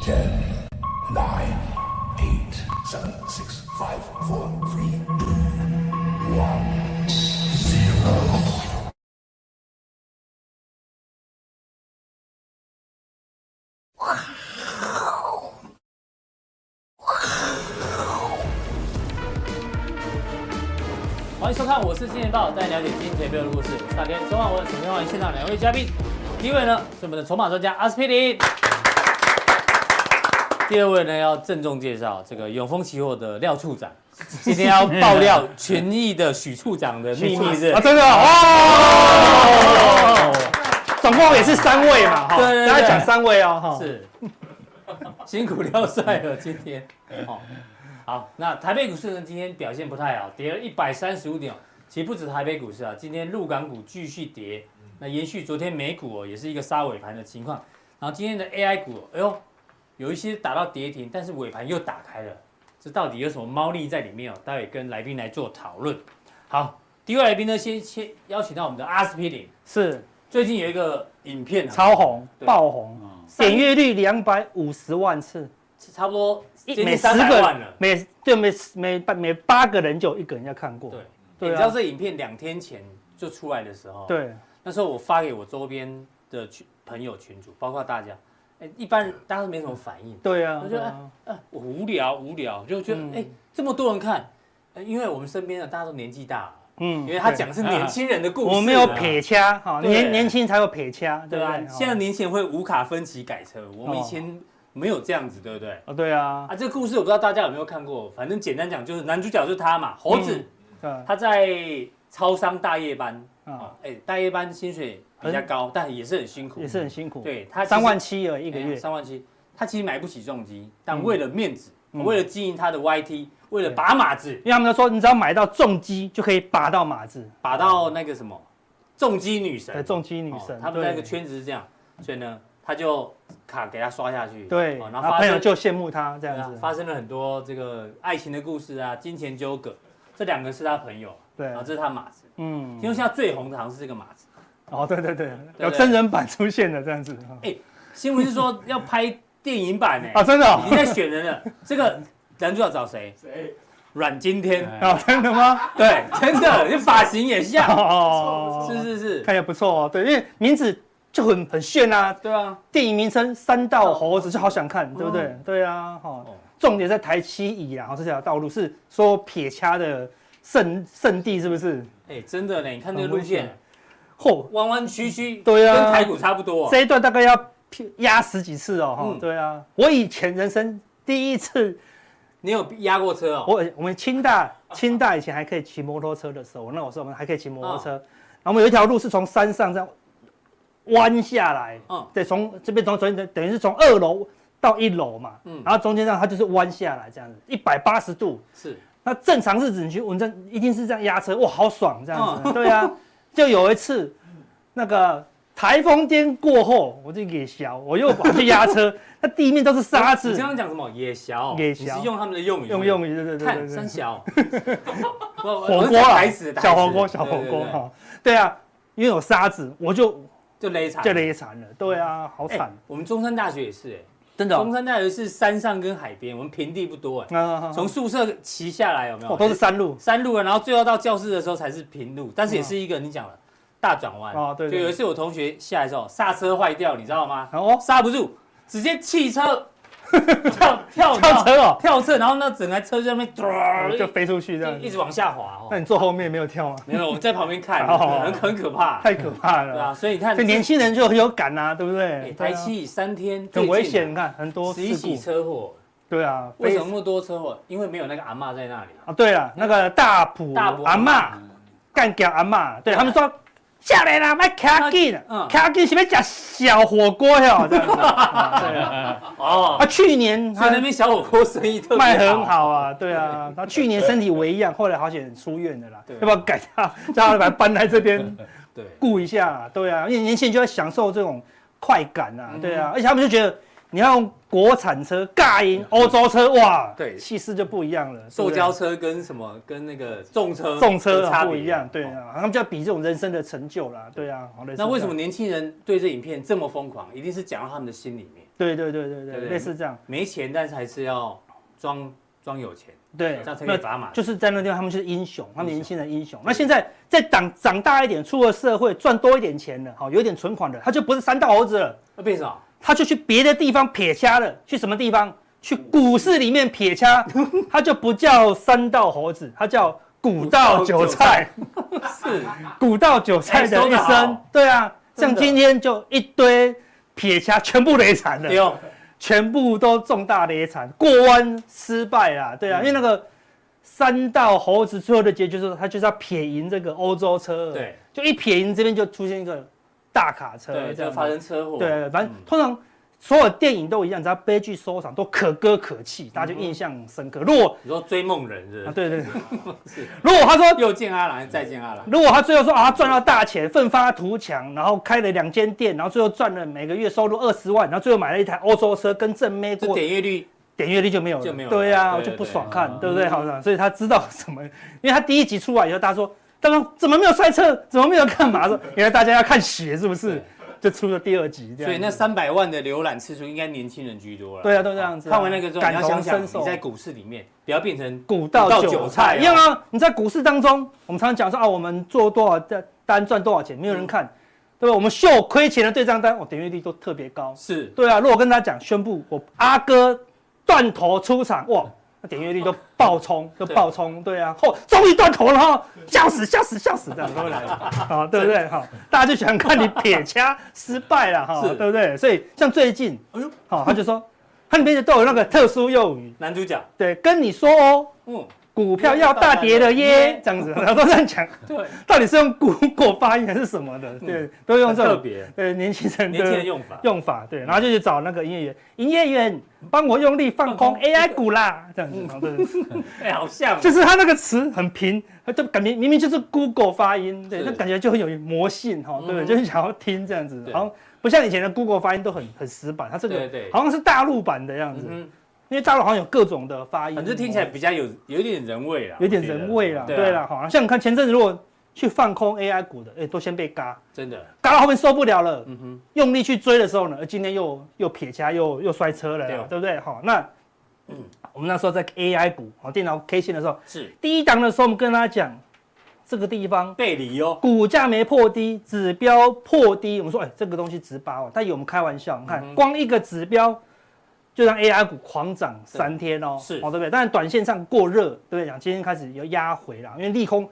Ten, nine, eight, seven, six, five, four, three, two, one, zero. 欢迎收看，我是金钱豹，带你了解金钱背后的故事。我是大 K，昨晚我首先欢迎现场两位嘉宾，第一位呢是我们的筹码专家阿司匹林，第二位呢要郑重介绍这个永丰期货的廖处长，今天要爆料群益的许处长的秘密是啊，。真的哦，总共也是三位嘛，哈，对对对大家讲三位哦，哈，是，辛苦廖帅了今天。哦，好，那台北股市呢今天表现不太好，跌了一百三十五点哦。其实不止台北股市啊，今天陆港股继续跌，那延续昨天美股哦，也是一个杀尾盘的情况。然后今天的 AI 股哦，哎呦，有一些打到跌停，但是尾盘又打开了，这到底有什么猫腻在里面哦？待会跟来宾来做讨论。好，第一位来宾呢，先先邀请到我们的阿司匹林，是最近有一个影片啊，超红对嗯爆红，点阅率两百五十万次，差不多接近每十三百个万了人。每对每每八每八个人就有一个人要看过，对，欸对你啊知道这影片两天前就出来的时候，，对那时候我发给我周边的群朋友群主，包括大家，哎、一般人大家都没什么反应，对啊我，觉对得啊啊，我无聊无聊，就觉得哎、嗯这么多人看，哎因为我们身边的大家都年纪大了，嗯因为他讲的是年轻人的故事、对啊啊我们有。撇掐哈，对年年轻才有撇掐，对对哦不啊对？，现在年轻人会无卡分歧改车，我们以哦前没有这样子，对不对？哦，对啊，啊，这个故事我不知道大家有没有看过，反正简单讲就是男主角就是他嘛，猴子，嗯对啊，他在超商大夜班嗯啊，哎、大夜班薪水比较高，但也是很辛苦，也是很辛苦，对他其实三万七而已一个哎月，三万七，他其实买不起重机，但嗯为了面子，嗯为了经营他的 YT，为了把马子因为他们都说你只要买到重机就可以拔到马子，把到那个什么重机女对，神，重机女哦神，他们那个对圈子是这样，所以呢，他就卡给他刷下去，对，哦然然后后发朋友生就羡慕他这对样啊子，发生了很多这个爱情的故事啊，金钱纠葛，这两个是他朋友，啊对然，后这是他马子，嗯听，说现在最红的好像是这个马子。哦，对对对，对有真人版出现的这样子，新闻是说要拍电影版呢、啊，真的已哦，经在选人 了。这个男主角找谁？谁？阮经天。啊，真的吗？对，真的，这发型也像。 哦，是是是，看起来不错哦，对，因为名字就很很炫啊，对啊，电影名称《三道猴子》就好想看，对不对嗯？对啊，哈哦，重点在台七乙啊，然后这条道路是说撇掐的圣圣地，是不是？哎、真的呢。你看这个很路危险线，嚯，弯弯曲曲，对啊跟台股差不多、这一段大概要压十几次哦，哈嗯，对啊，我以前人生第一次你有压过车哦？我我们清大清大以前还可以骑摩托车的时候，那我说我们还可以骑摩托车，嗯然后我们有一条路是从山上这样弯下来，嗯对，从这边从从等于是从二楼到一楼嘛，嗯然后中间让它就是弯下来这样子，一百八十度。是，那正常日子你去文正一定是这样压车，哇，好爽这样子，嗯对啊。就有一次那个台风天过后，我就给小，我又跑去压车，那地面都是沙你子刚，刚讲什么？野小，野你小是用他们的用语，用用语，对对对对看对。三 小，火火锅啊台词，台词小火锅，小火对对锅对哈。对啊，因为有沙子，我就就勒惨，就累惨了。对啊，好哎惨，我们中山大学也是、哎。真中山大学是山上跟海边，我们平地不多哎。啊，从宿舍骑下来有没有？哦都是山路，山路啊，然后最后到教室的时候才是平路，但是也是一个你讲了大转弯。哦对对就有一次我同学下来之后刹车坏掉，你知道吗？然后哦刹不住，直接汽 车跳跳跳车哦，跳车，然后那整台车就在那边就唰飞出去这样一一子。直往下滑那哦。你坐后面没有跳吗？没有，我在旁边看， 哦很很可怕。太可怕对了。啊，所以你看所以年轻轻人就很有感啊，对不对？对台啊七三天啊很危险，你，看很多十一事起故。车祸，对啊，为非什么那么多车祸？因为没有那个阿嬷在那里。啊，对了，那个大埔大埔阿嬷干掉阿嬷，对他们说。啊下来啦，卖卡紧啊嗯，卡紧是要吃小火锅哟，这样子。 啊对啊哦，啊，去年所以他那边小火锅生意特别卖很。好啊，对啊，他去年身体为恙，后来好险出院的啦，对啊要不要改他，叫他来搬来这边对，顾一下啊？对啊，因为年轻人就要享受这种快感啊，嗯对啊，而且他们就觉得你要用国产车尬赢欧洲车，哇，对气势就不一样了，塑对不对胶车跟什么跟那个重车重车有啊差不别一样，对哦啊，他们就要比这种人生的成就啦，对啊，好类似那为什么这样年轻人对这影片这么疯狂？一定是讲到他们的心里面。对对对对对对，对类似这样，没钱，但是还是要装装有钱，对这，样才可那以砝码。就是在那地方，他们就是英雄，他们年轻人英雄。那现在再长长大一点，出了社会，赚多一点钱了，好，有点存款了，他就不是三道猴子了，那变 少，他就去别的地方撇掐了。去什么地方？去股市里面撇掐，他就不叫三道猴子，他叫股道韭菜，是股道韭菜哎的说一得生好。对啊，真像的今天就一堆撇掐，全部累惨了。丢全部都重大的遗产，过弯失败啦，对啊，嗯因为那个三道猴子最后的结局就是他就是要撇赢这个欧洲车，，对就一撇赢这边就出现一个大卡车，对，这就样发子，生车祸。对，反正嗯通常所有电影都一样，只要悲剧收场都可歌可泣，大嗯家就印象深刻。如果你说追梦人是啊，不对对对 是，如果他说是？又见阿兰，再见阿兰，如果他最后说啊，他赚到大钱，奋发图强，然后开了两间店，然后最后赚了每个月收入二十万，然后最后买了一台欧洲车，跟正妹这过点阅率点阅率就没有了，就没有了对呀、对我对就不爽对看，嗯对不对？好的，所以他知道什么，因为他第一集出来以后，大家说，他说怎么没有赛车， 怎么没有干嘛？说原来大家要看血，是不是？就出了第二集这样。所以那三百万的浏览次数应该年轻人居多了。啊哦对啊都这样子啊看完那个之后，感你要同想想身受你在股市里面，不要变成股道股道韭韭菜菜一样啊！你在股市当中，我们常常讲说啊，我们做多少单单赚多少钱，没有人嗯看，对吧？我们秀亏钱的对账单，我哦点阅率都特别高。 是对啊，如果跟他讲宣布我阿哥断头出场，哇，那点阅率都爆冲，都爆冲，对啊，后终于断头了哈，笑死笑死笑死，这样都会来啊，对不对？哈，大家就喜欢看你撇掐失败了哈，是对不对？所以像最近，哎呦好，他就说，他里面都有那个特殊用语，男主角，对，跟你说哦，嗯，股票要大跌了耶，这样子，然后都这样讲， 对，到底是用 Google 发音还是什么的？对，都嗯用很这特种别，对年轻人的年轻人用法，用法，对，然后就去找那个营业员，营业员帮我用力放空放空嗯 AI 股啦，这样子，然后对，哎，好像哦就是他那个词很平，他就感觉明明就是 Google 发音，对，是就感觉就很有魔性哈，对不对？嗯就是想要听这样子，对好像不像以前的 Google 发音都很很死板，它这对个对，好像是大陆版的样子，嗯因为大陆好像有各种的发哼，音，哦反正听起来比较有有一点人味啦，有点人味啦我，觉得啊对啦，，好像你看前阵子如果去放空 AI 股的，哎，都先被嘎，真的，嘎到后面受不了了，嗯哼，用力去追的时候呢，呃今天又又撇掐又又摔车了啦，对哦嗯对不对？好，那、我们那时候在 AI 股好电脑 K 线的时候，是第一档的时候，我们跟大家讲这个地方背离哦，股价没破低，指标破低，我们说哎、这个东西值八万，但有我们开玩笑，你看、嗯哼光一个指标就让 AI 股狂涨三天哦，是哦对不对？但短线上过热，对不对？讲今天开始有压回啦，因为利空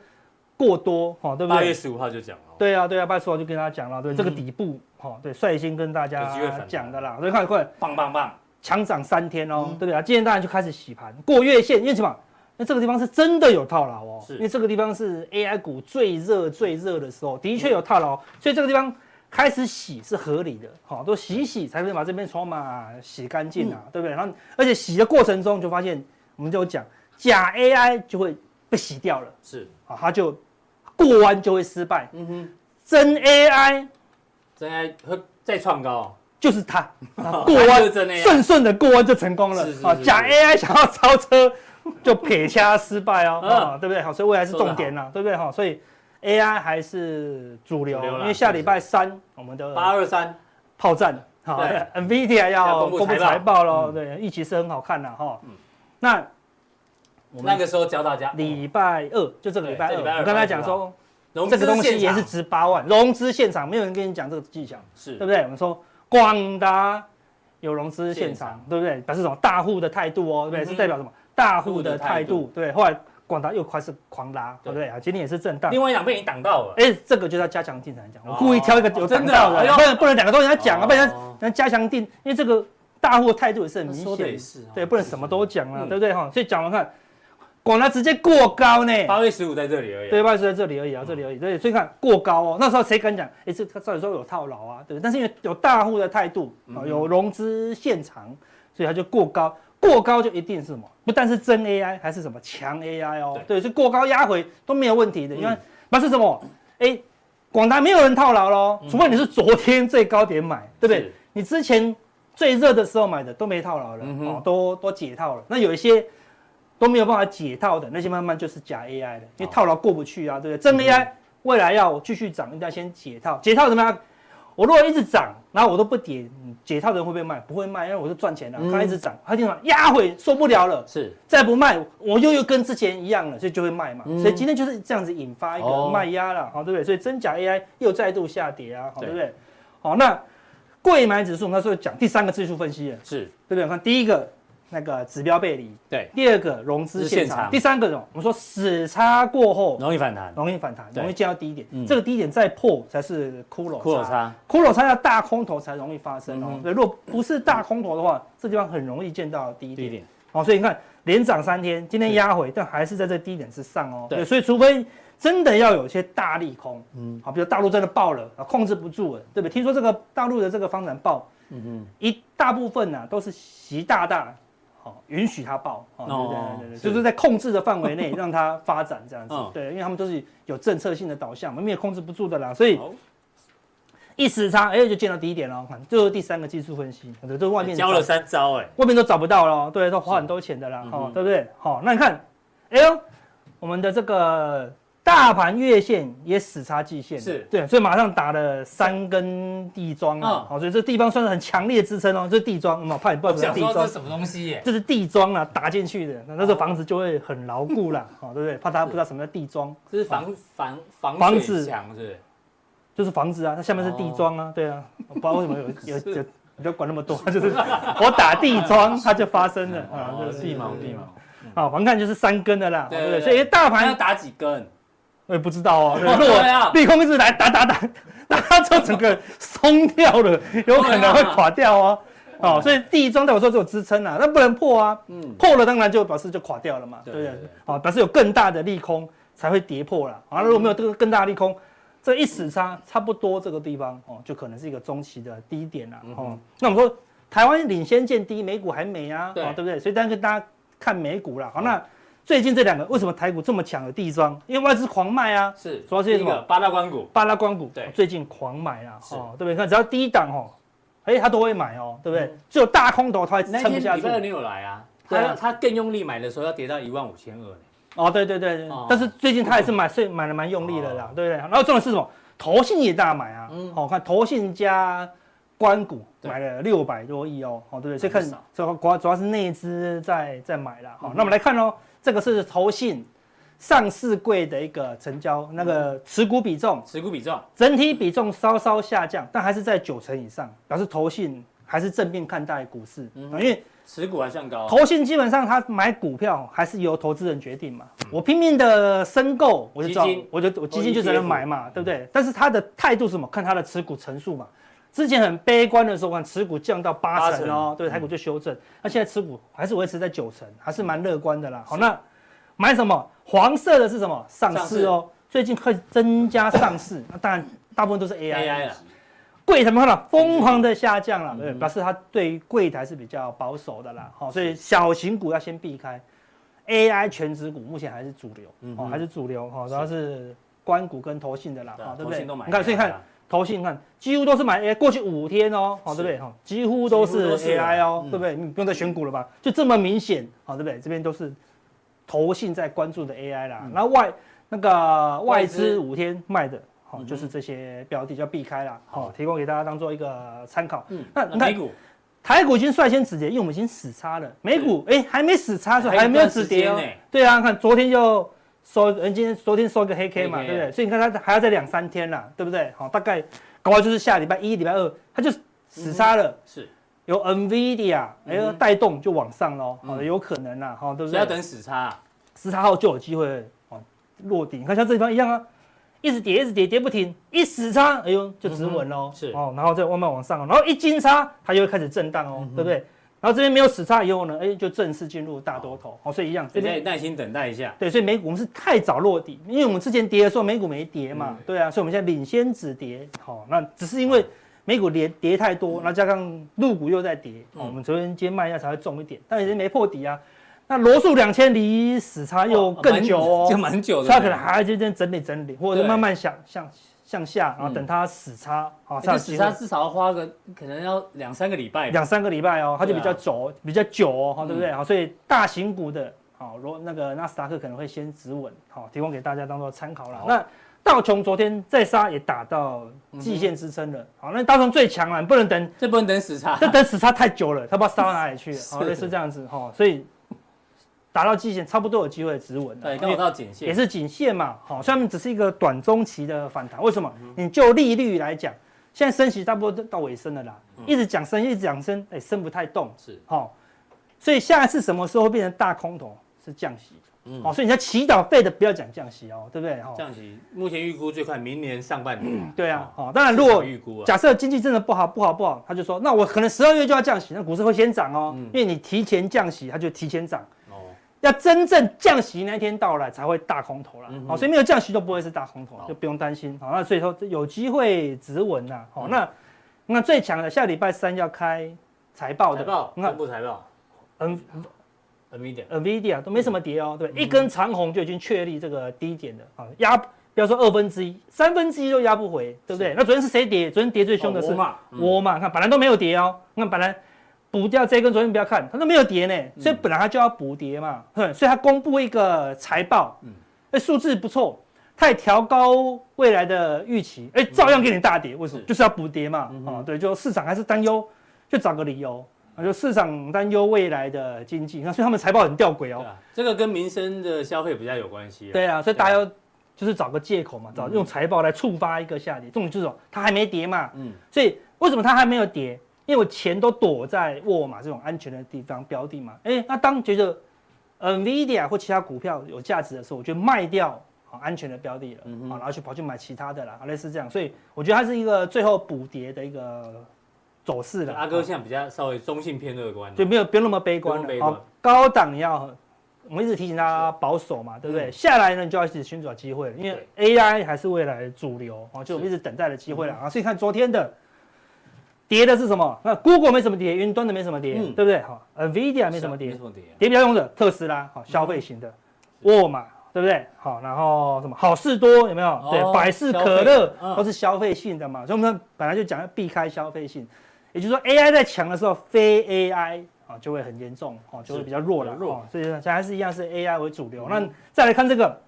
过多哦，对不八月对？十五号就讲了哦，对啊，对啊，拜托我就跟大家讲了，对、嗯这个底部，哦，对，率先跟大有家机会反弹讲的啦，所以看快棒棒棒，强涨三天哦，嗯对不对啊？今天当然就开始洗盘，过月线，因为什么？那这个地方是真的有套牢哦，是因为这个地方是 AI 股最热最热的时候，的确有套牢，所以这个地方开始洗是合理的，好、都洗一洗才能把这边筹码洗干净嗯啊，对不对？然后而且洗的过程中就发现，我们就有讲假 AI 就会被洗掉了，是，啊，它就过弯就会失败，嗯哼，真 AI 真爱会再创高哦，就是它， 啊过弯就是真 AI 顺顺的过弯就成功了是是啊！是假是 AI 想要超车， 就撇掐失败哦，嗯啊，对不对？好，所以未来是重点啊啦，对不对？好，所以 AI 还是主流，啊主流啦因为下礼拜三我们八的二三，炮战，好对，NVIDIA 要要公公布布财报嗯财报喽，对，预期是很好看的哈。那我那们个时候教大家，礼拜二就这个礼拜对二，这礼拜二我跟他讲说，融这资个东西现也是场值八万，融资现场没有人跟你讲这个技巧。对是不对？我们说广达有融资现现场，场对不对？表示什么大户的态度哦，对不对？嗯哼是代表什么大户的态大户度，对。后来广达又开始狂拉，对对不对啊？今天也是震 荡另。外一档被你挡到了，哎，这个就是要加强定才能讲，我哦故意挑一个有真涨的到的，哎呦不然不能两个都人家讲啊，哦不然人家加强定，因为这个大户的态度也是很他明说的也显，是哦，对，不能什么都讲啊，嗯对不对哈？所以讲完看，广达直接过高呢，八月十五在这里而已，嗯对，外是在这里而已啊，这里而已。对，所以看过高哦，那时候谁敢讲？哎、这他照理说有套牢啊，对。但是因为有大户的态度嗯啊，有融资现场，所以他就过高，过高就一定是什么？不但是真 AI，还是什么强 AI 哦，对，是过高压回都没有问题的，因为嗯那是什么？哎、广达没有人套牢喽，除非你是昨天最高点买，对不嗯对？是你之前最热的时候买的都没套牢了，嗯哼哦，都都解套了。那有一些都没有办法解套的，那些慢慢就是假 AI 的，因为哦嗯套牢过不去啊，对不对？真 AI 未来要继续涨，一定要先解套，解套怎么样？我如果一直涨，然后我都不跌，嗯解套的人会不会卖？不会卖，因为我是赚钱的。嗯它一直涨，它经常压回，受不了了，是再不卖，我又又跟之前一样了，所以就会卖嘛。嗯所以今天就是这样子引发一哦个卖压了，好、对不对？所以真假 AI 又再度下跌啊，好对对不对？好，那贵买指数我们那时候讲第三个技术分析了，是，对不对？看第一个那个指标背离，对，第二个融资现是现场场，第三个我们说死叉过后容易反弹，容易反弹，对容易见到低点嗯，这个低点再破才是骷髅骷髅叉。差骷髅叉要大空头才容易发生嗯哦哼，对，如果不是大空头的话，这地方很容易见到低低点。点，好，哦所以你看连涨三天，今天压回，但还是在这低点之上哦。对对，所以除非真的要有一些大利空，嗯好，比如大陆真的爆了，啊，控制不住了，对不对？听说这个大陆的这个房产爆，嗯哼，一大部分呢、都是习大大，好、允许它爆，哦哦，对对对对是对，就是在控制的范 围内让它发展这样子嗯，对，因为他们都是有政策性的导向，我们也控制不住的啦，所以好一时差，哎，就见到低点了，看，这就是第三个技术分析，可能这外面教了三招，哎，外面都找不到了，对，都花很多钱的啦是，嗯哦哼，对不对？好、那你看，哎呦，我们的这个大盘月线也死叉季线了，是对，所以马上打了三根地桩啊嗯，好、所以这地方算是很强烈的支撑哦，这地桩，嗯，我怕你不我知想道地说这桩是。什么东西耶？这是地桩啦，打进去的，那那这房子就会很牢固啦，好、对不对？怕大家不知道什么叫地桩，这是防防哦防防水止墙是不是？就是房子啊，它下面是地桩啊，对啊，我不知道为什么有有有，你不要管那么多，就是我打地桩，它就发生了啊，哦这是地毛是地毛好，反啊看就是三根的啦，对对不对对？对所以大它要盘打几根？我也不知道哦，哦如对啊果利空一直来打打 打，打到整个松掉 了，有可能会垮掉哦。哦，所以地桩对我说这有支撑啊，那不能破啊，啊嗯，破了当然就表示就垮掉了嘛，对对不对对对？哦，表示有更大的利空才会跌破了。啊，如果没有这个更大的利空，这一死差差不多这个地方哦，就可能是一个中期的低点了嗯。哼哦，那我们说台湾领先见低，美股还没啊，对哦，对不对？所以当然跟大家看美股啦。好，那最近这两个为什么台股这么强的地桩？因为外资狂卖啊，是，主要是第一什个么八大关股，巴拉光股哦对最近狂买啦，是哦，对不对？你看只要低档哦，哎，他都会买哦，对不对嗯？只有大空头他会那撑不天下礼去拜。二你有来啊？对他啊他更用力买的时候要跌到一万五千二呢。哦，对对对对哦，但是最近他也是买，所以买的蛮用力的啦，对不对？然后重点是什么？投信也大买啊嗯，哦，看投信加关谷对买了六百多亿哦，哦，对不对？所以很少嗯看主要主要主要是内资在在买啦，好，那我们来看哦，这个是投信上市柜的一个成交那个持股比重，持股比重整体比重稍稍下降，但还是在九成以上，表示投信还是正面看待股市，嗯啊因为持股还算高啊，投信基本上他买股票还是由投资人决定嘛，我拼命的申购，我就找基金我就我基金就只投能 ETF 买嘛，对不对？但是他的态度是什么？看他的持股层数嘛。之前很悲观的时候，看持股降到八成八哦，对，台股就修正。那现在持股还是维持在九成，还是蛮乐观的啦。好，那买什么？黄色的是什么？上上市市哦，最近开始增加上市，那当然大部分都是 AI 了，柜台们看到疯狂的下降了，对嗯表示它对于柜台是比较保守的啦，好、所以小型股要先避开，AI 全指股目前还是主流，嗯哦，哼还是主流，哈、主要是关股跟投信的啦，哦，啊对不投对？信都买你看，所以你看 AI 啊，投信，你看几乎都是买 AI，过去五天哦，好、是对不对？哈、几乎都几乎是都是 AI 哦，嗯对不对？你不用再选股了吧？就这么明显，好、对不对？这边都是投信在关注的 AI 啦，然后外那个嗯外外资资五天卖的，好、嗯哼就是这些标的就要避开啦，好、好提供给大家当做一个参考。嗯，那那你美看股台股已经率先止跌，因为我们已经死叉了，美股哎、还没死叉，所还以有还一没有段止时跌间哦。呢，对啊，看昨天就收，嗯，今天昨天收一个黑 K 嘛，黑 K 啊对不对？所以你看它还要再两三天啦，对不对？好、大概搞完就是下礼拜一、礼拜二，它就死叉了。是，由 Nvidia 哎嗯嗯哼带动就往上喽，好、嗯有可能啦，好、对不所以对？要等死叉啊，十叉号就有机会哦落底。你看像这地方一样啊，一直跌一直跌跌不停，一死叉，哎呦就止稳喽、嗯哼是哦，然后再慢慢往上哦，然后一金叉它又会开始震荡哦，嗯哼对不对？然后这边没有死叉以后呢，哎就正式进入大多头，哦，所以一样大这家边。耐心等待一下，对，所以美股我们是太早落底，因为我们之前跌的时候美股没跌嘛，嗯对啊，所以我们现在领先止跌，好、那只是因为美股跌跌太多，然后加上陆股又在跌，哦嗯我们昨天今天卖一下才会重一点，但已经没破底啊。那罗素两千离死叉又更久哦，就蛮久所的，以它可能还在这边整理整理，或者对是慢慢向向向下，然后嗯等它死叉，好，哎才有这机死会叉至少要花个可能要两三个礼拜吧，两三个礼拜哦，它就对啊比较久，比较久哦，好，对不对？嗯好，所以大型股的，好，如那个纳斯达克可能会先止稳，好，提供给大家当做参考了好。那道琼昨天再杀也打到季线支撑嗯了。好，那道琼最强了，你不能等，这不能等死叉 这，等死差太久了，他不知道杀到哪里去了。好，是类似这样子哈，所以打到季线差不多有机会止稳了。对，因刚为好到颈也线，是颈线嘛，好，下面只是一个短中期的反弹。为什么？嗯你就利率来讲，现在升息差不多都到尾声了啦，一直讲升，一直讲升，哎，升不太动，嗯是，好、所以下一次什么时候会变成大空头？是降息，嗯好、所以你要祈祷费的不要讲降息哦，对不对？哈、降息目前预估最快明年上半年，对啊，哦，好、当然如如果果预估啊，假设经济真的不好，不好，不好，他就说，那我可能十二月就要降息，那股市会先涨哦，嗯因为你提前降息，它就提前涨。哦，要真正降息那一天到来才会大空头啦。好、哦嗯哼所以没有降息都不会是大空头好，就不用担心。哦好、那所以说有机会止稳啦。好、嗯那那最强的下礼拜三要开财报的，哦嗯财报你看公布财报 N ，NVIDIA， NVIDIA 都没什么跌嗯哦，对，一根长红就已经确立这个低点了啊，压不要说二分之一，三分之一都压不回，对不对？那昨天是谁跌？昨天跌最凶的是哦沃尔玛嗯沃尔玛，看本来都没有跌哦，那本来补掉这一根，昨天不要看，它都没有跌嗯呢，所以本来它就要补跌嘛，哼，所以它公布一个财报，嗯哎，数字不错，它也调高未来的预期，哎，照样给你大跌，为什么是？就是要补跌嘛，啊，对，就市场还是担忧，就找个理由。啊，就市场担忧未来的经济，那所以他们财报很吊诡哦对。啊这个跟民生的消费比较有关系啊，嗯对啊，所以大家要就是找个借口嘛，找用财报来触发一个下跌。重点就是哦它还没跌嘛，嗯，所以为什么它还没有跌？因为我钱都躲在沃尔玛这种安全的地方标的嘛。哎，那当觉得 Nvidia 或其他股票有价值的时候，我就卖掉好安全的标的了，啊嗯哼好，然后去跑去买其他的啦，好类似这样。所以我觉得它是一个最后补跌的一个走势了。阿哥好现在比较稍微中性偏乐观啊，就没有不用那么悲观不用悲了。观好，高档你要，我们一直提醒大家保守嘛，对不对？嗯下来呢，你就要一直寻找机会了，因为 AI 还是未来的主流哦，就我们一是嗯直等待的机会了啊。所以看昨天的跌的是什么？那 Google 没什么跌，云端的没什么跌，嗯对不对？好，NVIDIA 没什么没跌什，么跌啊，嗯跌比较凶的特斯拉，好，消费型的，沃尔玛。对不对？好，然后什么好事多有没有？哦对，百事消可费乐的嗯都是消费性的嘛，所以我们本来就讲要避开消费性。也就是说，AI 在强的时候，非 AI 啊就会很严重哦，就会比较弱了比较弱嗯哦。所以呢，还是一样是 AI 为主流。那再来看这个，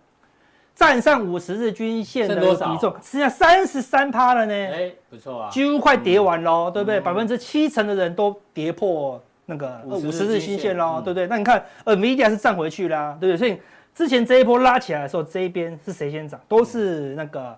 站上五十日均线的剩多少比重，剩下三十三趴了呢，哎，不错啊，几乎快跌完喽，对不对？嗯百分之七成的人都跌破那个50五十日均线喽，嗯对不对？那你看，NVIDIA 是站回去啦，对不对？所以之前这一波拉起来的时候，这一边是谁先涨？都是那个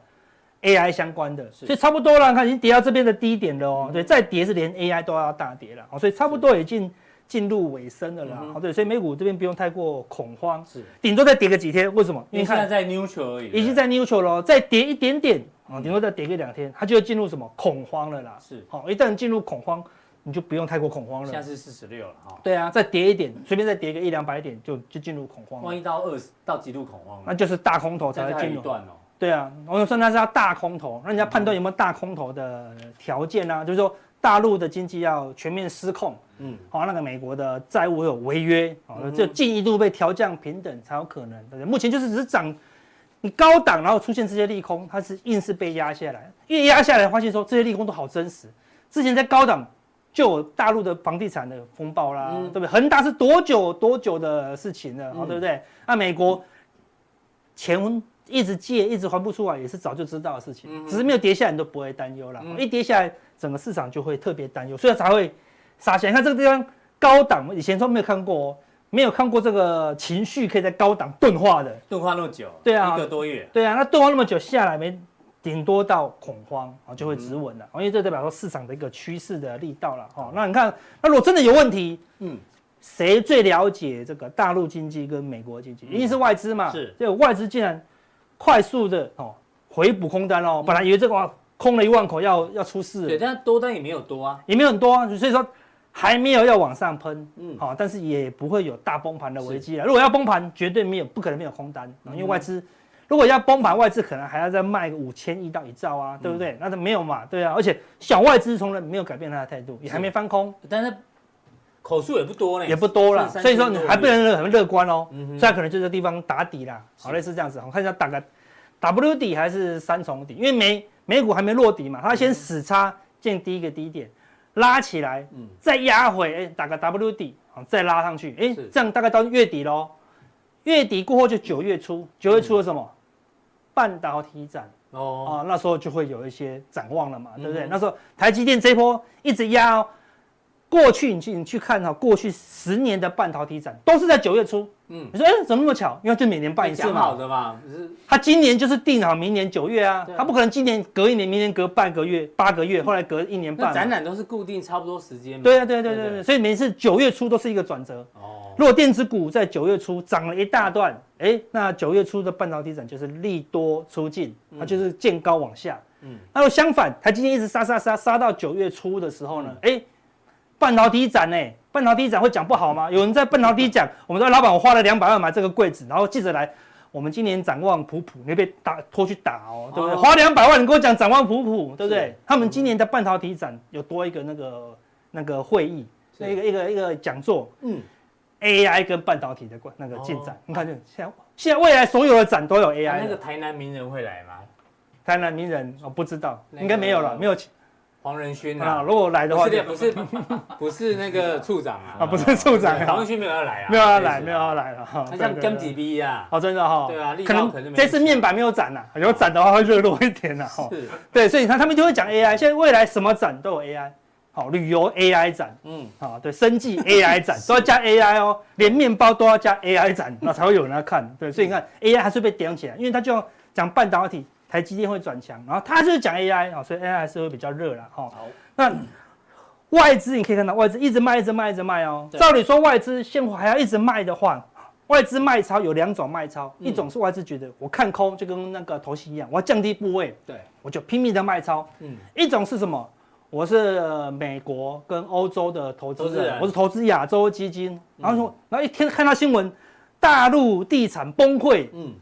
AI 相关的，是所以差不多了。你看已经跌到这边的低点了哦，对，再跌是连 AI 都要大跌了，哦，所以差不多已经进入尾声了啦嗯。哼好，对，所以美股这边不用太过恐慌，是，顶多再跌个几天。为什么？因为现在在 neutral 而已，啊已经在 neutral 了哦，再跌一点点啊，顶多再跌个两天，它就会进入什么恐慌了啦。是好，一旦进入恐慌，你就不用太过恐慌现在了。是四十六了哈，对啊，再跌一点，随便再跌个一两百点，就就进入恐慌万了，一到二十到极度恐慌嗯那了，就是大空头再才会加进一入。段哦，对啊，我们说那是要大空头，那你要判断有没有大空头的条件啊，就是说大陆的经济要全面失控，嗯，好、那个美国的债务有违约，好、嗯哼这进一步被调降平等才有可能，对不对？目前就是只是涨，你高档然后出现这些利空，它是硬是被压下来，越压下来发现说这些利空都好真实，之前在高档就有大陆的房地产的风暴啦，嗯对不对？恒大是多久多久的事情了，好嗯对不对？那美国钱一直借一直还不出来，也是早就知道的事情，嗯只是没有跌下来你都不会担忧啦，嗯一跌下来整个市场就会特别担忧，所以才会杀下来。你看这个地方高档，以前都没有看过哦，没有看过这个情绪可以在高档钝化的，钝化那么久，对啊一个多月，对啊，那钝化那么久下来没，顶多到恐慌啊嗯就会止稳了，哦因为这代表说市场的一个趋势的力道了哈、哦。那你看，那如果真的有问题，嗯，谁最了解这个大陆经济跟美国经济？一定是外资嘛，嗯是这个外资竟然快速的哦回补空单哦，本来以为这个哇空了一万口要要出事嗯对，了，但多单也没有多啊，也没有很多啊，所以说还没有要往上喷。嗯，好、但是也不会有大崩盘的危机了。如果要崩盘，绝对没有，不可能没有空单，哦嗯因为外资如果要崩盘，外资可能还要再卖个五千亿到一兆啊，对不嗯对？那它没有嘛，对啊，而且小外资从来没有改变它的态度，也还没翻空，但是口数也不多呢，也不多啦，是所以说你还不，能很乐观哦，嗯哼所以它可能就这地方打底啦，好是类似这样子，我看一下打个 W 底还是三重底，因为美美股还没落底嘛，它先死叉见第一个低点，拉起来，嗯再压回，哎、打个 W 底，好，再拉上去，哎、是这样大概到月底喽，月底过后就九月初，九月初有什么？半导体展哦，啊，那时候就会有一些展望了嘛，对不对？嗯哼那时候台积电这波一直压哦，过去你去你去看哈、过去十年的半导体展都是在九月初，嗯，你说哎、怎么那么巧？因为就每年办一次讲好嘛，的嘛，是他今年就是定好明年九月啊对，啊他不可能今年隔一年，明年隔半个月、八个月，后来隔一年那半嘛。展览都是固定差不多时间嘛。对啊，对啊对啊对啊对对对啊，所以每次九月初都是一个转折。哦，如果电子股在九月初涨了一大段，哎，那九月初的半导体展就是利多出尽，它就是见高往下。嗯嗯，那如果相反，台积电一直杀杀杀杀到九月初的时候呢，嗯哎，半导体展呢、半导体展会讲不好 吗？有人在半导体讲，我们说老板，我花了两百万买这个柜子，然后记者来，我们今年展望普普，你会被打拖去打哦，对不对？哦花两百万，你跟我讲展望普普，对不对是？嗯他们今年的半导体展有多一个那个那个会议，是一个一个一个讲座，嗯， AI 跟半导体的关那个进展，哦你看就现在现在未来所有的展都有那 AI 那个了。台南名人会来吗？台南名人我不知道，那个应该没有了，没有黄仁勋啊。啊，如果来的不话是就的不是不是那个处长啊，啊，不是处长对，黄仁勋没有要来啊，没有要这来，次没有要，来了哈。他像跟几对对对逼啊，哦，真的哈。对啊立可高可能就能没这次人面板没有展呐，有展的话会热络一点呐哈。是，对，所以你看他们就会讲 AI，现在未来什么展都有 AI，好，旅游 AI 展。嗯，啊，对，生 技 AI 展都要加 AI 哦，连面包都要加 AI 展，那才会有人来看。对，所以嗯你看 AI 还是被点起来，因为它就要讲半导体，台积电会转强，然后它就是讲 AI 啊，所以 AI 还是会比较热啦。哈、好，那外资你可以看到，外资一直卖，一直卖，一直卖哦。对照理说外资现货还要一直卖的话，外资卖超有两种卖超，嗯一种是外资觉得我看空，就跟那个投信一样，我要降低部位，对，我就拼命的卖超。嗯，一种是什么？我是呃美国跟欧洲的投资投资人人，嗯我是投资亚洲基金。然后说，然后一天看到新闻，大陆地产崩溃，嗯，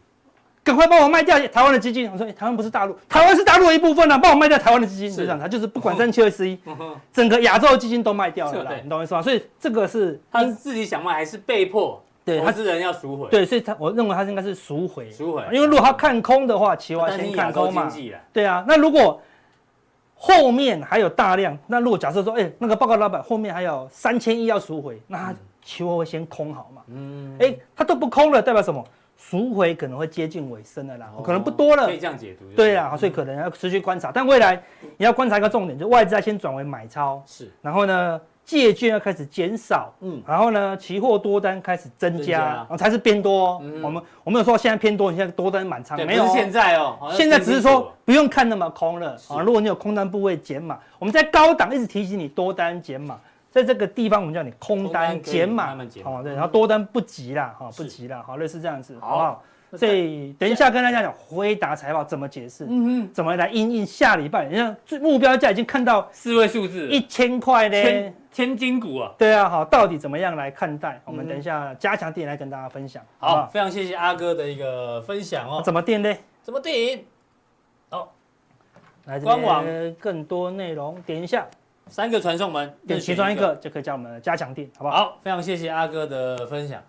赶快帮我卖掉台湾的基金。我说，诶台湾不是大陆，台湾是大陆的一部分啊，帮我卖掉台湾的基金。是就这样，他就是不管三七二十一，嗯哼整个亚洲基金都卖掉了是啦对，你懂我意思吗？所以这个是他是自己想卖还是被迫？对投他资人要赎回，，对，所以他我认为他应该是赎回，啊赎回因为如果他看空的话，期望担先心看亚洲空经嘛。济了，对啊，那如果后面还有大量，那如果假设说，哎、那个报告老板后面还有三千亿要赎回，那他期货会先空好嘛？嗯，哎、他都不空了，代表什么？赎回可能会接近尾声了啦，哦可能不多了哦可以。这样嗯解读，对啊，所以可能要持续观察，但未来你要观察一个重点，就外资要先转为买超，是，然后呢，借券要开始减少，嗯，然后呢，期货多单开始增增加，加然后才是偏多、哦。嗯我们我没有说现在偏多，你现在多单满仓对，没没有、有哦，现在哦，好像现在只是分清楚说了，不用看那么空了是啊。如果你有空单部位减码，我们在高档一直提醒你多单减码，在这个地方我们叫你空单减空单可以码慢慢减，码哦对，然后多单不急啦，哈，是不急啦，好，类似这样子，好好不好？那所以等一下跟大家讲辉达财报怎么解释，嗯哼，怎么来因应下礼拜，你看最目标价已经看到四位数字，一千块嘞千。千金股啊，对啊，好，到底怎么样来看待？我们嗯等一下加强点来跟大家分享，好好，不非常谢谢阿哥的一个分享好？哦。怎么定呢？怎么定？来这官网边更多内容，点一下。三个传送门，点任选其中一。个就可以加我们的加强定，好不好？好，非常谢谢阿哥的分享。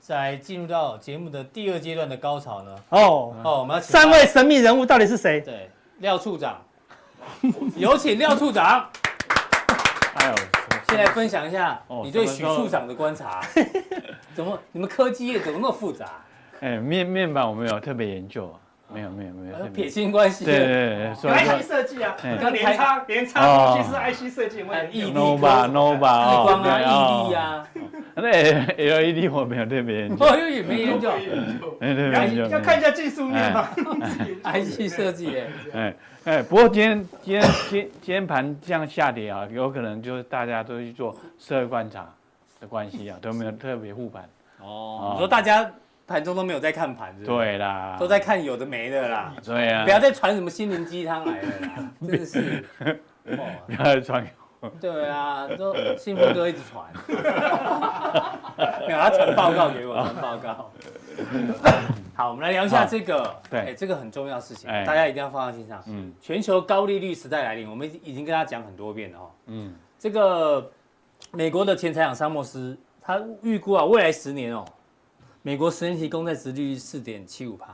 在进入到节目的第二阶段的高潮呢，哦，哦，我们要请三位神秘人物到底是谁？对廖处长，有请廖处长，哎呦，先来分享一下哦你对什么许时候处长的观察。哦怎么你们科技业怎么那么复杂？哎，面面板我没有特别研究啊，没有没有没有特别呃哎撇研究，清关系。对对对，所以说设计啊哎嗯那连插连哦是 IC 设计，还有异地光、Nova Nova 异哦光，对啊、异地哦，啊，那哎 LED 我没有特别研究，哦，又也没研究没有特别研究，没有一下技术面哎嘛。 IC 设计耶。哎哎，不过今天今天今天今天盘这样下跌啊，有可能就是大家都去做社会观察的关系啊，都没有特别护盘。嗯哦，你说大家盘中都没有在看盘，是不是，对啦，都在看有的没的啦，对啊，不要再传什么心灵鸡汤来了啦，真的 是。哦，不要再传给对啊，都幸福哥一直 传，没有他传报告给我，传报告。好，我们来聊一下这个，对哎这个很重要的事情，哎大家一定要放到心上。嗯全球高利率时代来临，我们已经跟大家讲很多遍了哦。嗯，这个美国的前财长沙默斯，他预估啊，未来十年哦，美国十年期公债殖利率四点七五趴，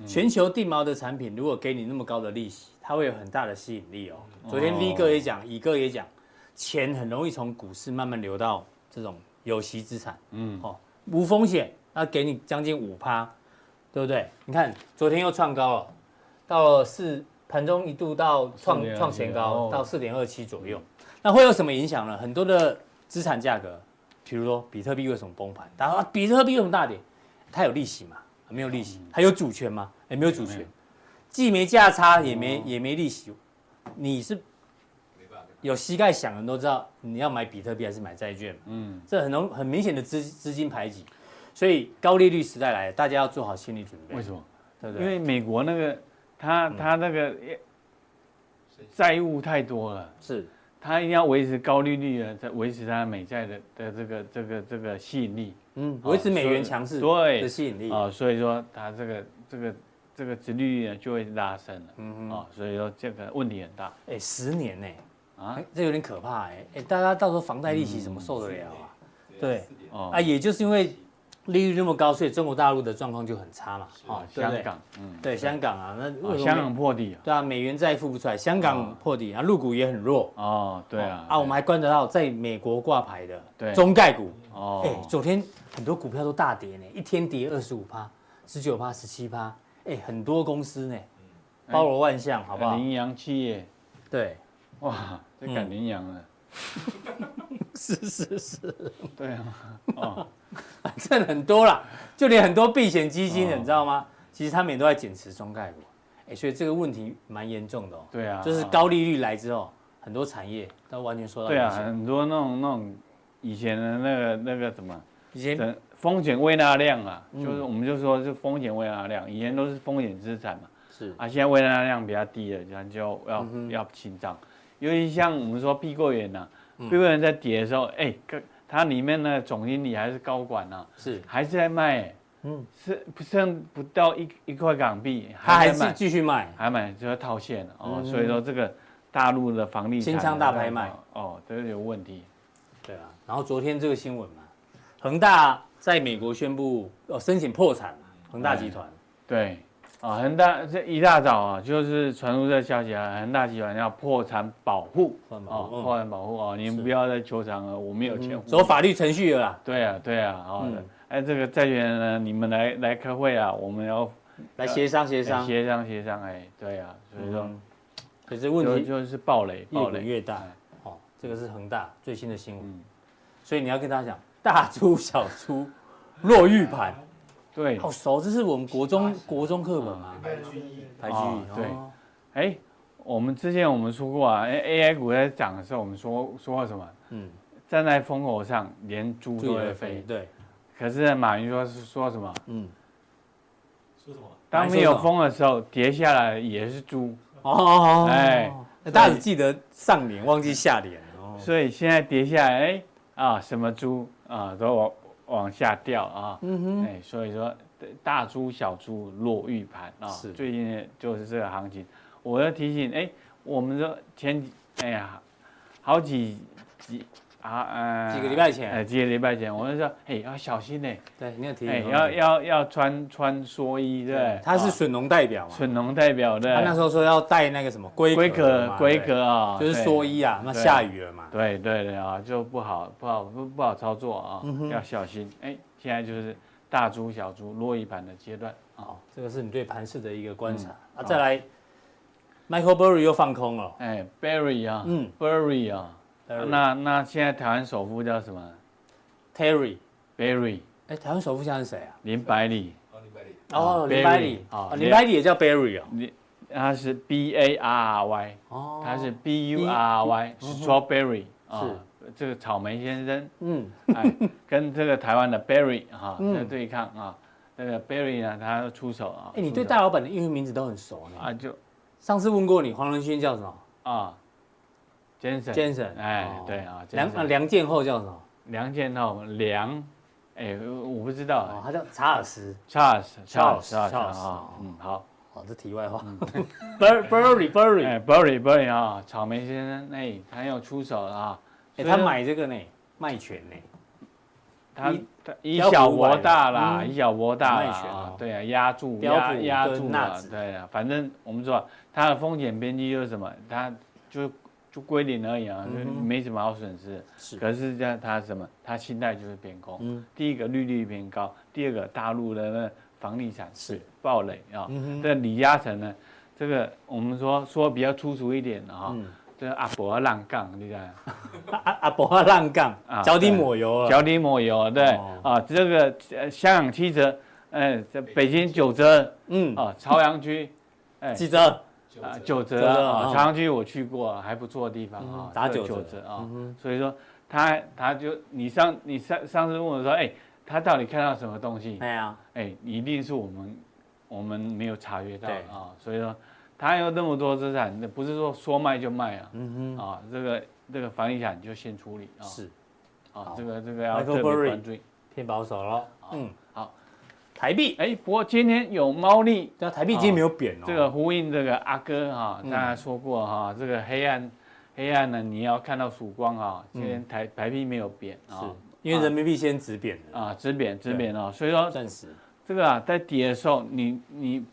嗯全球地毛的产品如果给你那么高的利息，它会有很大的吸引力哦。昨天哦 V 哥也讲，乙哥也讲，钱很容易从股市慢慢流到这种有息资产，嗯嗯，哦，无风险，那给你将近五趴，对不对？你看昨天又创高了，到了四盘中一度到创4.27创前高，哦到四点二七左右。那会有什么影响呢？很多的资产价格，比如说比特币为什么崩盘？大家说啊比特币为什么大跌？它有利息吗？没有利息。它有主权吗？也没有主哦没权有，哦既没价差，也没也没利息。你是有膝盖想的人都知道，你要买比特币还是买债券嘛？嗯嗯，这很容很明显的资资金排挤，所以高利率时代来了，大家要做好心理准备。为什么？对嗯不因对？为美国那个他他那个也债务太多了，是他一定要维持高利率啊，在维持他美债的的这个这个这个吸引力嗯，哦维持美所以元强势对的吸引力。啊，所以说他这个这个这个殖利率呢就会拉升嗯了啊，所以说这个问题很大哎，十年呢、啊哎这有点可怕哎、哎，大家到时候房贷利息怎么受得了啊？对哦啊，也就是因为利率那么高，所以中国大陆的状况就很差嘛。哦啊，，对不对香港嗯对香港啊，那啊为什香么港美？破底啊对啊，美元债付不出来，香港哦破底啊，入股也很弱。哦对啊哦啊，我们还观察到在美国挂牌的对中概股，哎、哦昨天很多股票都大跌呢，一天跌二十五趴、十九趴、十七趴，哎，很多公司呢，嗯包罗万象，好不好？羚羊企业对，哇，这嗯赶羚羊了， 是是是。对啊， 反正很多啦，就连很多避险基金的，哦你知道吗？其实他们也都在减持中概股，哎，所以这个问题蛮严重的哦。对啊，就是高利率来之后，很多产业都完全受到对影啊，响。很多那种那种以前的那个那个什么，以前等风险未纳量啊，嗯就是我们就说是风险未纳量，以前都是风险资产嘛，是啊，现在未纳量比较低了，咱就要嗯要清账。尤其像我们说碧桂园呐，嗯碧桂园在跌的时候，哎，跟它里面的总经理还是高管呐，是，还是在卖，嗯嗯，是不剩不到一一块港币，他还在是卖继续卖，还买就要套现了哦，嗯所以说这个大陆的房地产清仓大拍卖哦，都有问题。对啊。然后昨天这个新闻嘛，恒大在美国宣布哦申请破产嘛，恒大集团对，啊，恒大这一大早啊，就是传出这消息啊，恒大集团要破产保护，破产保哦护嗯，破产保护哦，你是们不要再求偿了，我们有钱嗯付。走法律程序了啦，对啊，对啊，哦嗯，哎，这个债权人呢，你们来来开会啊，我们要来协商协协商。协商协商，哎，对啊，所以说嗯可是就问题就是暴雷，越暴滚雷，越大哎。哦，这个是恒大最新的新闻，嗯所以你要跟他讲大猪小猪落玉盘，对，好熟，这是我们国中国中课本啊，白居哦易，对哦哎，我们之前我们说过啊哎，AI 股在涨的时候，我们说说过什么？嗯，站在风口上，连猪注都意会而飞飞，。对，可是呢马云说是说什么？嗯，当没有风的时候，跌下来也是猪。哦，哎哎，大家只记得上联，忘记下联哦，所以现在跌下来，哎啊，什么猪啊，都往往下掉啊。嗯哎，所以说大猪小猪落玉盘啊是。最近就是这个行情，我要提醒哎，我们说前几哎呀，好几几啊呃几个礼拜前哎，几个礼拜前，我就说哎要小心呢，哼，对，你有提哎醒，哦嗯要要要穿穿蓑衣对不对。他是啊损农代表嘛，损农代表的他那时候说要带那个什么龟规壳格嘛规，对格啊，就是对蓑衣啊，那对下雨了嘛，对对对啊，就不好不好不不好操作啊，嗯要小心。哎，现在就是大猪小猪落一盘的阶段啊。这个是你对盘市的一个观察嗯啊，再来，Michael Burry 又放空了。哎，Berry 啊，嗯嗯，Berry 啊， Barry 那那现在台湾首富叫什么 Terry， ？Berry 哎，台湾首富现在是谁啊？林百里，哦，啊林百里 Barry，啊，哦啊林百里也叫 Barry 哦。你他是 B A R R Y，哦，他是 B U R R Y，strawberry 啊是，这个草莓先生。嗯，哎，跟这个台湾的 Berry 哈、嗯在对抗啊，那个 Berry 呢，他出手啊。哎，你对出手大老板的英文名字都很熟呢。啊就上次问过你，黄仁勋叫什么啊，Jensen ？Jensen。哎哦，对啊，梁啊 Jensen 梁建厚叫什么？梁建浩梁哎，我不知道哦啊，，他叫查尔斯，Charles， ，Charles，Charles，Charles Charles，啊哦，嗯，好，哦，这题外话。Bur Burry Burry，哎，Berry，Berry 啊，草莓先生，哎，他要出手了啊，哎，所以他呢买这个呢，卖权呢，他一他以标普小500博大啦，嗯以小博大很啦，安全啊哦对啊，压住标压普压跟住纳了指，对啊，反正我们说啊它的风险边际就是什么，它就就归零而已啊，就嗯哼没什么好损失。是，可是这样它什么，它心态就是变空。嗯第一个利率变高，第二个大陆的那房地产是暴雷啊，嗯哼这李嘉诚呢，这个我们说说比较粗俗一点的哈，嗯，这个阿伯啊浪杠，你看。阿阿阿伯啊浪杠啊，脚底抹油了，脚底抹油，对哦啊，这个呃香港七折，哎，这北京九折嗯，啊，朝阳区，哎记者，啊九九折折啊，哦朝阳区我去过，还不错的地方啊嗯，打这个九折折啊，所以说他他就你上你上上次问我说，哎，他到底看到什么东西？哎呀，哎，一定是我们我们没有察觉到对啊，所以说他有那么多资产，那不是说说卖就卖啊，嗯啊，这个这个房地产就先处理啊哼，，是啊好，这个这个要 Michael 特别 Burry 关注。偏保守了，嗯，好，台币，哎，不过今天有猫腻，对啊，台币今天没有贬哦，嗯这个呼应这个阿哥哈，刚才说过哈，这个黑暗黑暗呢，你要看到曙光哈。今天台台币没有贬嗯是啊，因为人民币先止贬了，啊，只贬只贬哦，所以说暂时，这个啊，在跌的时候，你你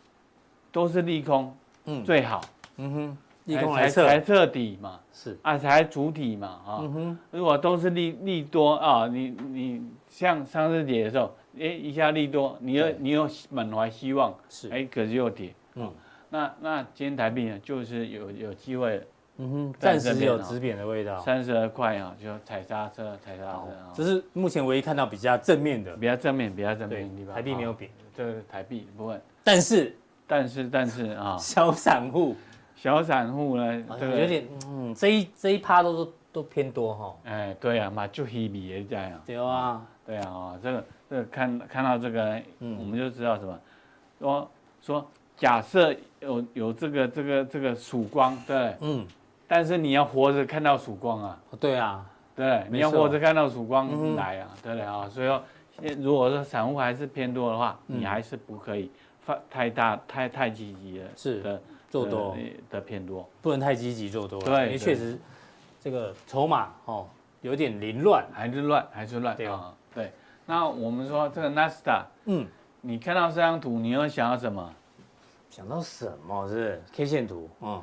都是利空嗯最好，嗯哼，利空才来测，才彻底嘛，是，啊才主体嘛啊嗯。哼，如果都是利利多啊，你你像上次跌的时候，哎一下利多，你又对你又满怀希望，是哎可是又跌。嗯那那今天台币呢，就是有有机会嗯哼，在暂时这边有哦止贬的味道，三十二块啊，就踩刹车，踩刹好车啊，这是目前唯一看到比较正面的，比较正面，比较正对面的地，方。台币没有啊，贬，这个台币不会。但是但是但是啊， 小散户小散户呢，好这像个哎有点，嗯，这一这一趴都都都偏多哈，哎，对啊，嘛就黑笔也这样，对啊，对啊，哦，这个这个看看到这个，嗯我们就知道什么，说说假设有有这个这个这个曙光，对，嗯，但是你要活着看到曙光啊，对啊，对，没你要错活着看到曙嗯光来啊，对的啊，所以说，现如果说散户还是偏多的话，你还是不可以发太大、太太积极的，是的做的多的偏多，啊不能太积极做多了，啊对因为对确实这个筹码哦有点凌乱，还是乱，还是乱对哦啊，对。那我们说这个纳斯达，嗯，你看到这张图，你会想到什么？想到什么是不是 K 线图，嗯，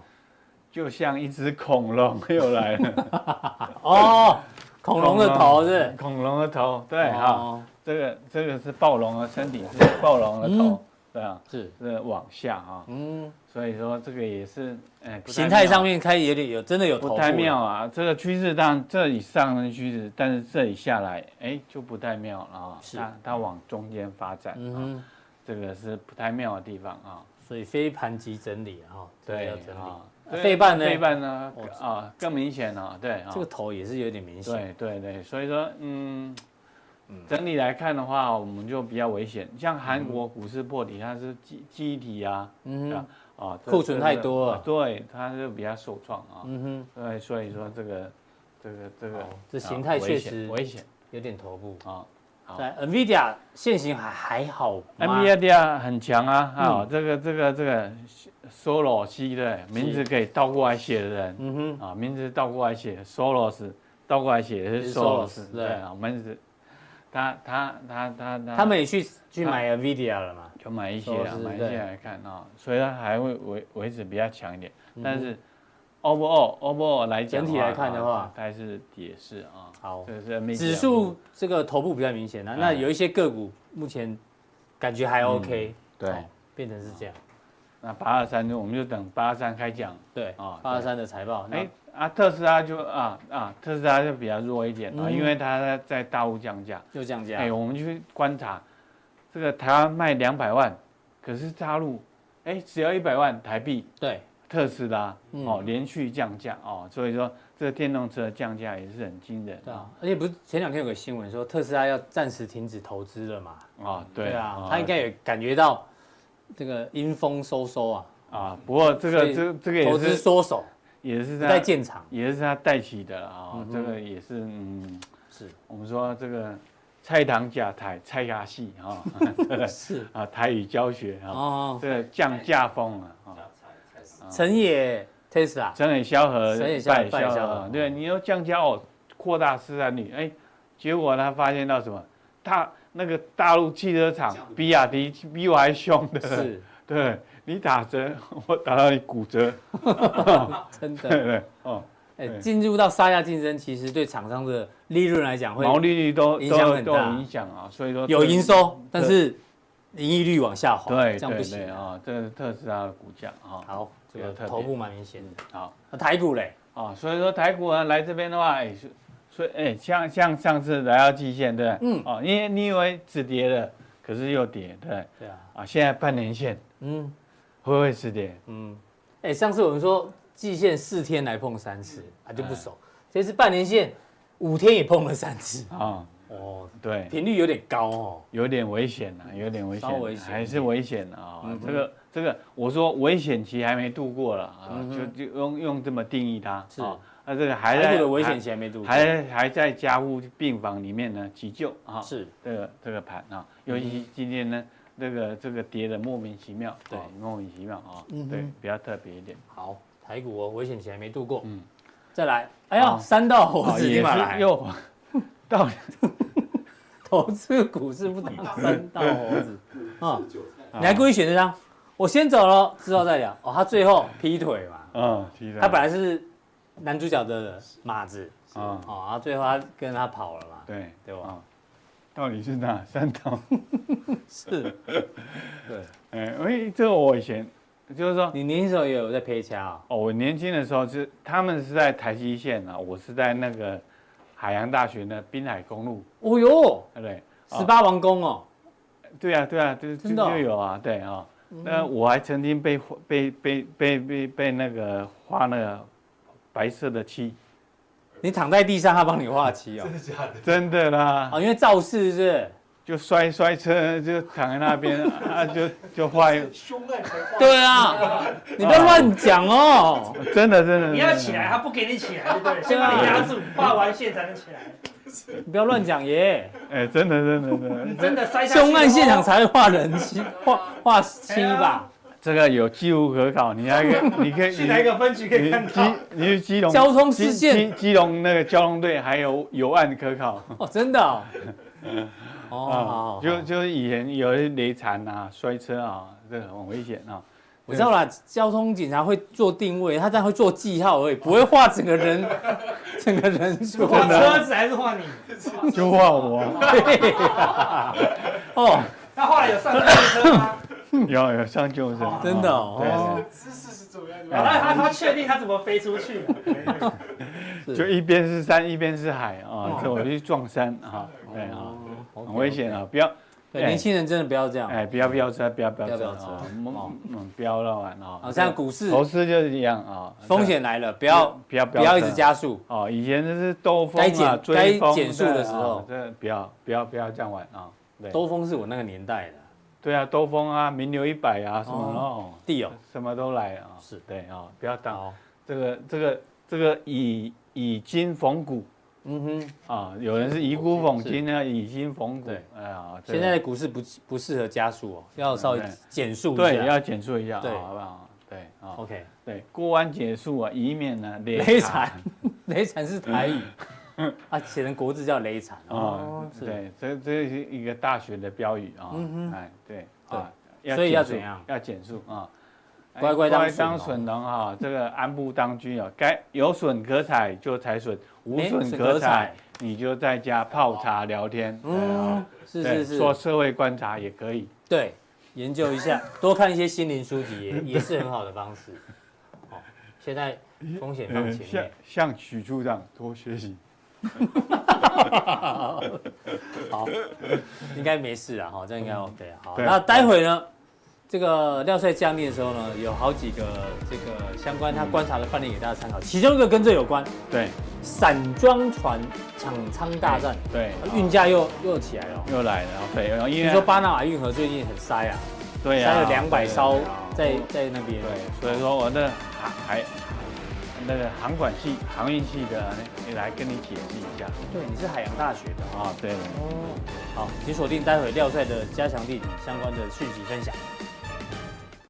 就像一只恐龙又来了，哦， 恐龙的头是不是，恐龙的头，对哈，哦，这个这个是暴龙的身体，是暴龙的嗯头，对啊，是，是往下啊哈，嗯，所以说这个也是，哎，不太形态妙上面开始有点有真的有头不部太了妙，啊，这个趋势当然这里上升趋势，但是这里下来，哎，就不太妙了啊，是它它往中间发展嗯啊，哼，这个是不太妙的地方啊，所以非盘级整理啊，哦这个要整啊理，，对费半呢费半呢哦啊更明显啊，对啊这，个头也是有点明显，对对对，所以说，嗯，整体来看的话，我们就比较危险。像韩国股市破底，它是记记忆体啊，嗯哼对啊，啊，这库存这太个多了对，它就比较受创啊。嗯哼，对，所以说这个，这个，这个好，这啊形态危确险实危险有点头部。啊。好在 NVIDIA 现行还还好吗 NVIDIA 很强啊，嗯啊，这个这个这个 Solos 的名字可以倒过来写的人，嗯哼，啊，名字倒过来写 Soros，倒过来写也也是是 Soros， Soros，对对啊，名字，他他他他他他们也去去买嗯 NVIDIA 了嘛？就买一些啊 Soros，，买一对些来看啊，所以它还会维维持比较强一点，但是 overall overall 来讲的嗯整话，体来看的话啊它还是跌势啊，好这是 NVIDIA 哎指数这个头部比较明显啊，那有一些个股目前感觉还 OK，嗯对哦，变成是这样。那八二三就我们就等八二三开讲，对哦，八二三的财报，哎哎，啊特斯拉就啊啊特斯拉就比较弱一点啊，嗯啊因为它在在大陆降价，就降价哎，，我们去观察，这个台湾卖两百万，可是大陆哎只要一百万台币，对，特斯拉嗯哦连续降价哦，所以说这个电动车的降价也是很惊人对啊，而且不是前两天有个新闻说特斯拉要暂时停止投资了嘛？啊，对对啊，他应该也感觉到这个阴风收收啊，啊，不过这所个以这个这个投也资是缩手，也是不他再建厂，也是他带起的啊，哼这个也是嗯，是我们说这个菜堂架台菜牙戏 啊，是啊台语教学啊，哦，这个降架风啊啊，成也 Tesla，成也萧何，成也萧何败也败也萧萧何何，对，你要降价哦，扩大市占率，哎，结果他发现到什么？大那个大陆汽车厂比亚迪比我还凶的，是 对你打折， 我打到你骨折，真 对的。对，哦，哎，对进入到杀价竞争，其实对厂商的利润来讲会毛利率都影都响有很都有大影响啊，所以说有这个营收，但对是盈利率往下滑，对这样不对行对啊。啊，这个是特斯拉的股价啊，好，这有个特别嗯头部蛮明显的。好。那台股嘞，啊、所以说台股啊来这边的话，哎，是所以哎，像像上次来到季线，对不对，嗯哦，因为你以为止跌了，可是又跌，对不对，对啊，啊，现在半年线嗯会不会止跌？嗯，哎，上次我们说季线四天来碰三次啊，哎就不熟。这次半年线五天也碰了三次，啊、哦，对，频率有点高哦。有点危险啊，有点危稍险，危险一点还是危险啊、嗯哼这个这个，我说危险期还没度过了啊，嗯哼就就用用这么定义它，是啊，那、这个还台在股的危险期还没度过，还还还在加护病房里面呢急救啊，是这个这个盘啊，嗯尤其今天呢，这个这个跌的莫名其妙，对啊莫名其妙啊嗯哼，对，比较特别一点，好，台股哦，危险期还没度过。嗯嗯，再来，哎呀，好三道猴啊子立也马是来，又 到投资股市 不打三道猴子啊！你还啊故意选这张，我先走了，之后再聊。哦，他最后劈腿嘛，嗯，提了他本来是男主角的马子，啊，哦，然后最后他跟他跑了嘛，对对吧啊到底是哪三道？是，对， 哎，喂，这个我以前就是说，你年轻时候也有在陪掐啊？哦，我年轻的时候是他们是在台西县啊，我是在那个海洋大学的滨海公路，哦哟，对不对？十八王宫哦，对啊，对啊，就就真的哦就有啊，对啊。嗯那我还曾经被被被被被被那个画那个白色的漆，你躺在地上，他帮你画漆哦，真的啦哦，，因为肇事是不是？就摔摔车就躺在那 边啊，就就画一，凶案才画，对 啊，你不要乱讲哦。真的真的。你要真的起来，他不给你起来，对不对？对先啊把你压住，画完线才能起来。你不要乱讲耶！哎，真的真的真的，真的摔下 去。凶案现场才会画人 漆，画画漆吧？这个有记录可考，你还可 以你可以去哪一个分局可以你看你到基？你去基隆交通事件基基基隆那个交通队还有有案可考。哦，真的哦。 哦，好好好哎就就是以前有一些雷残啊、摔车啊，这个很危险啊。我知道啦，交通警察会做定位，他但会做记号而已，不会画整个 人整个人数。画车子还是画你？ 就画我 啊，对 啊哦，那后来有上救护车吗？哎有有上救生，啊 真的哦对姿势是怎么样？好了，他他确定他怎么飞出去了？是对，就一边是山，一边是海啊哦，这我去撞山啊，对哎啊， OK，很危险啊，不要对，哎年轻人真的不要这样。哎，不要飙车，不要飙不要车飙车啊，哦嗯嗯，不要乱玩啊好，像股市投资就是一样啊，风险来了，不要不要不要一直车加速。哦，以前就是兜风该啊，减追风该减速的时候对啊这不要不要不要这样玩啊，对兜风是我那个年代的对啊，兜风啊，名流一百啊，什么哦，地哦。什么都来啊，是对啊，不要当好，这个这个这个以以金逢股。嗯哼，啊，有人是以股讽今呢，以金讽股对。哎呀，这个现在的股市不不适合加速哦，要稍微对减速一下。对要减速一下，对好不好？对啊， OK，对，过弯减速啊，以免呢雷惨，雷惨是台 语，啊，写成国字叫雷惨啊哦，，是对，这这是一个大学的标语啊嗯哼，哎，对对啊，所以要减速怎样要减速啊。哎乖乖当乖损当哦损农啊，这个安步当车啊，该有笋可采就采笋，无哎笋笋可可采采你就在家泡茶聊天。嗯嗯，，是对是做是，社会观察也可以。对，研究一下， 多看一些心灵书籍也也是很好的方式。哦，现在风险放呃前向面，向许处长多学习。好，应该没事啊，哈，这样应该 OK 啊。好，嗯对那待会呢，这个廖帅降临的时候呢，有好几个这个相关他观察的范例给大家参考，其中一个跟这有关，对散装船抢仓大战，对，啊运价又又起来了哦。又来了，嗯对，啊因为你说巴拿马运河最近很塞啊，对塞啊，了两百艘对啊在在那边。对，所以说我的海海那个航管系、航运系的那来跟你解释一下对，你是海洋大学的。啊、对。好，请锁定待会廖帅的加强地理相关的讯息分享。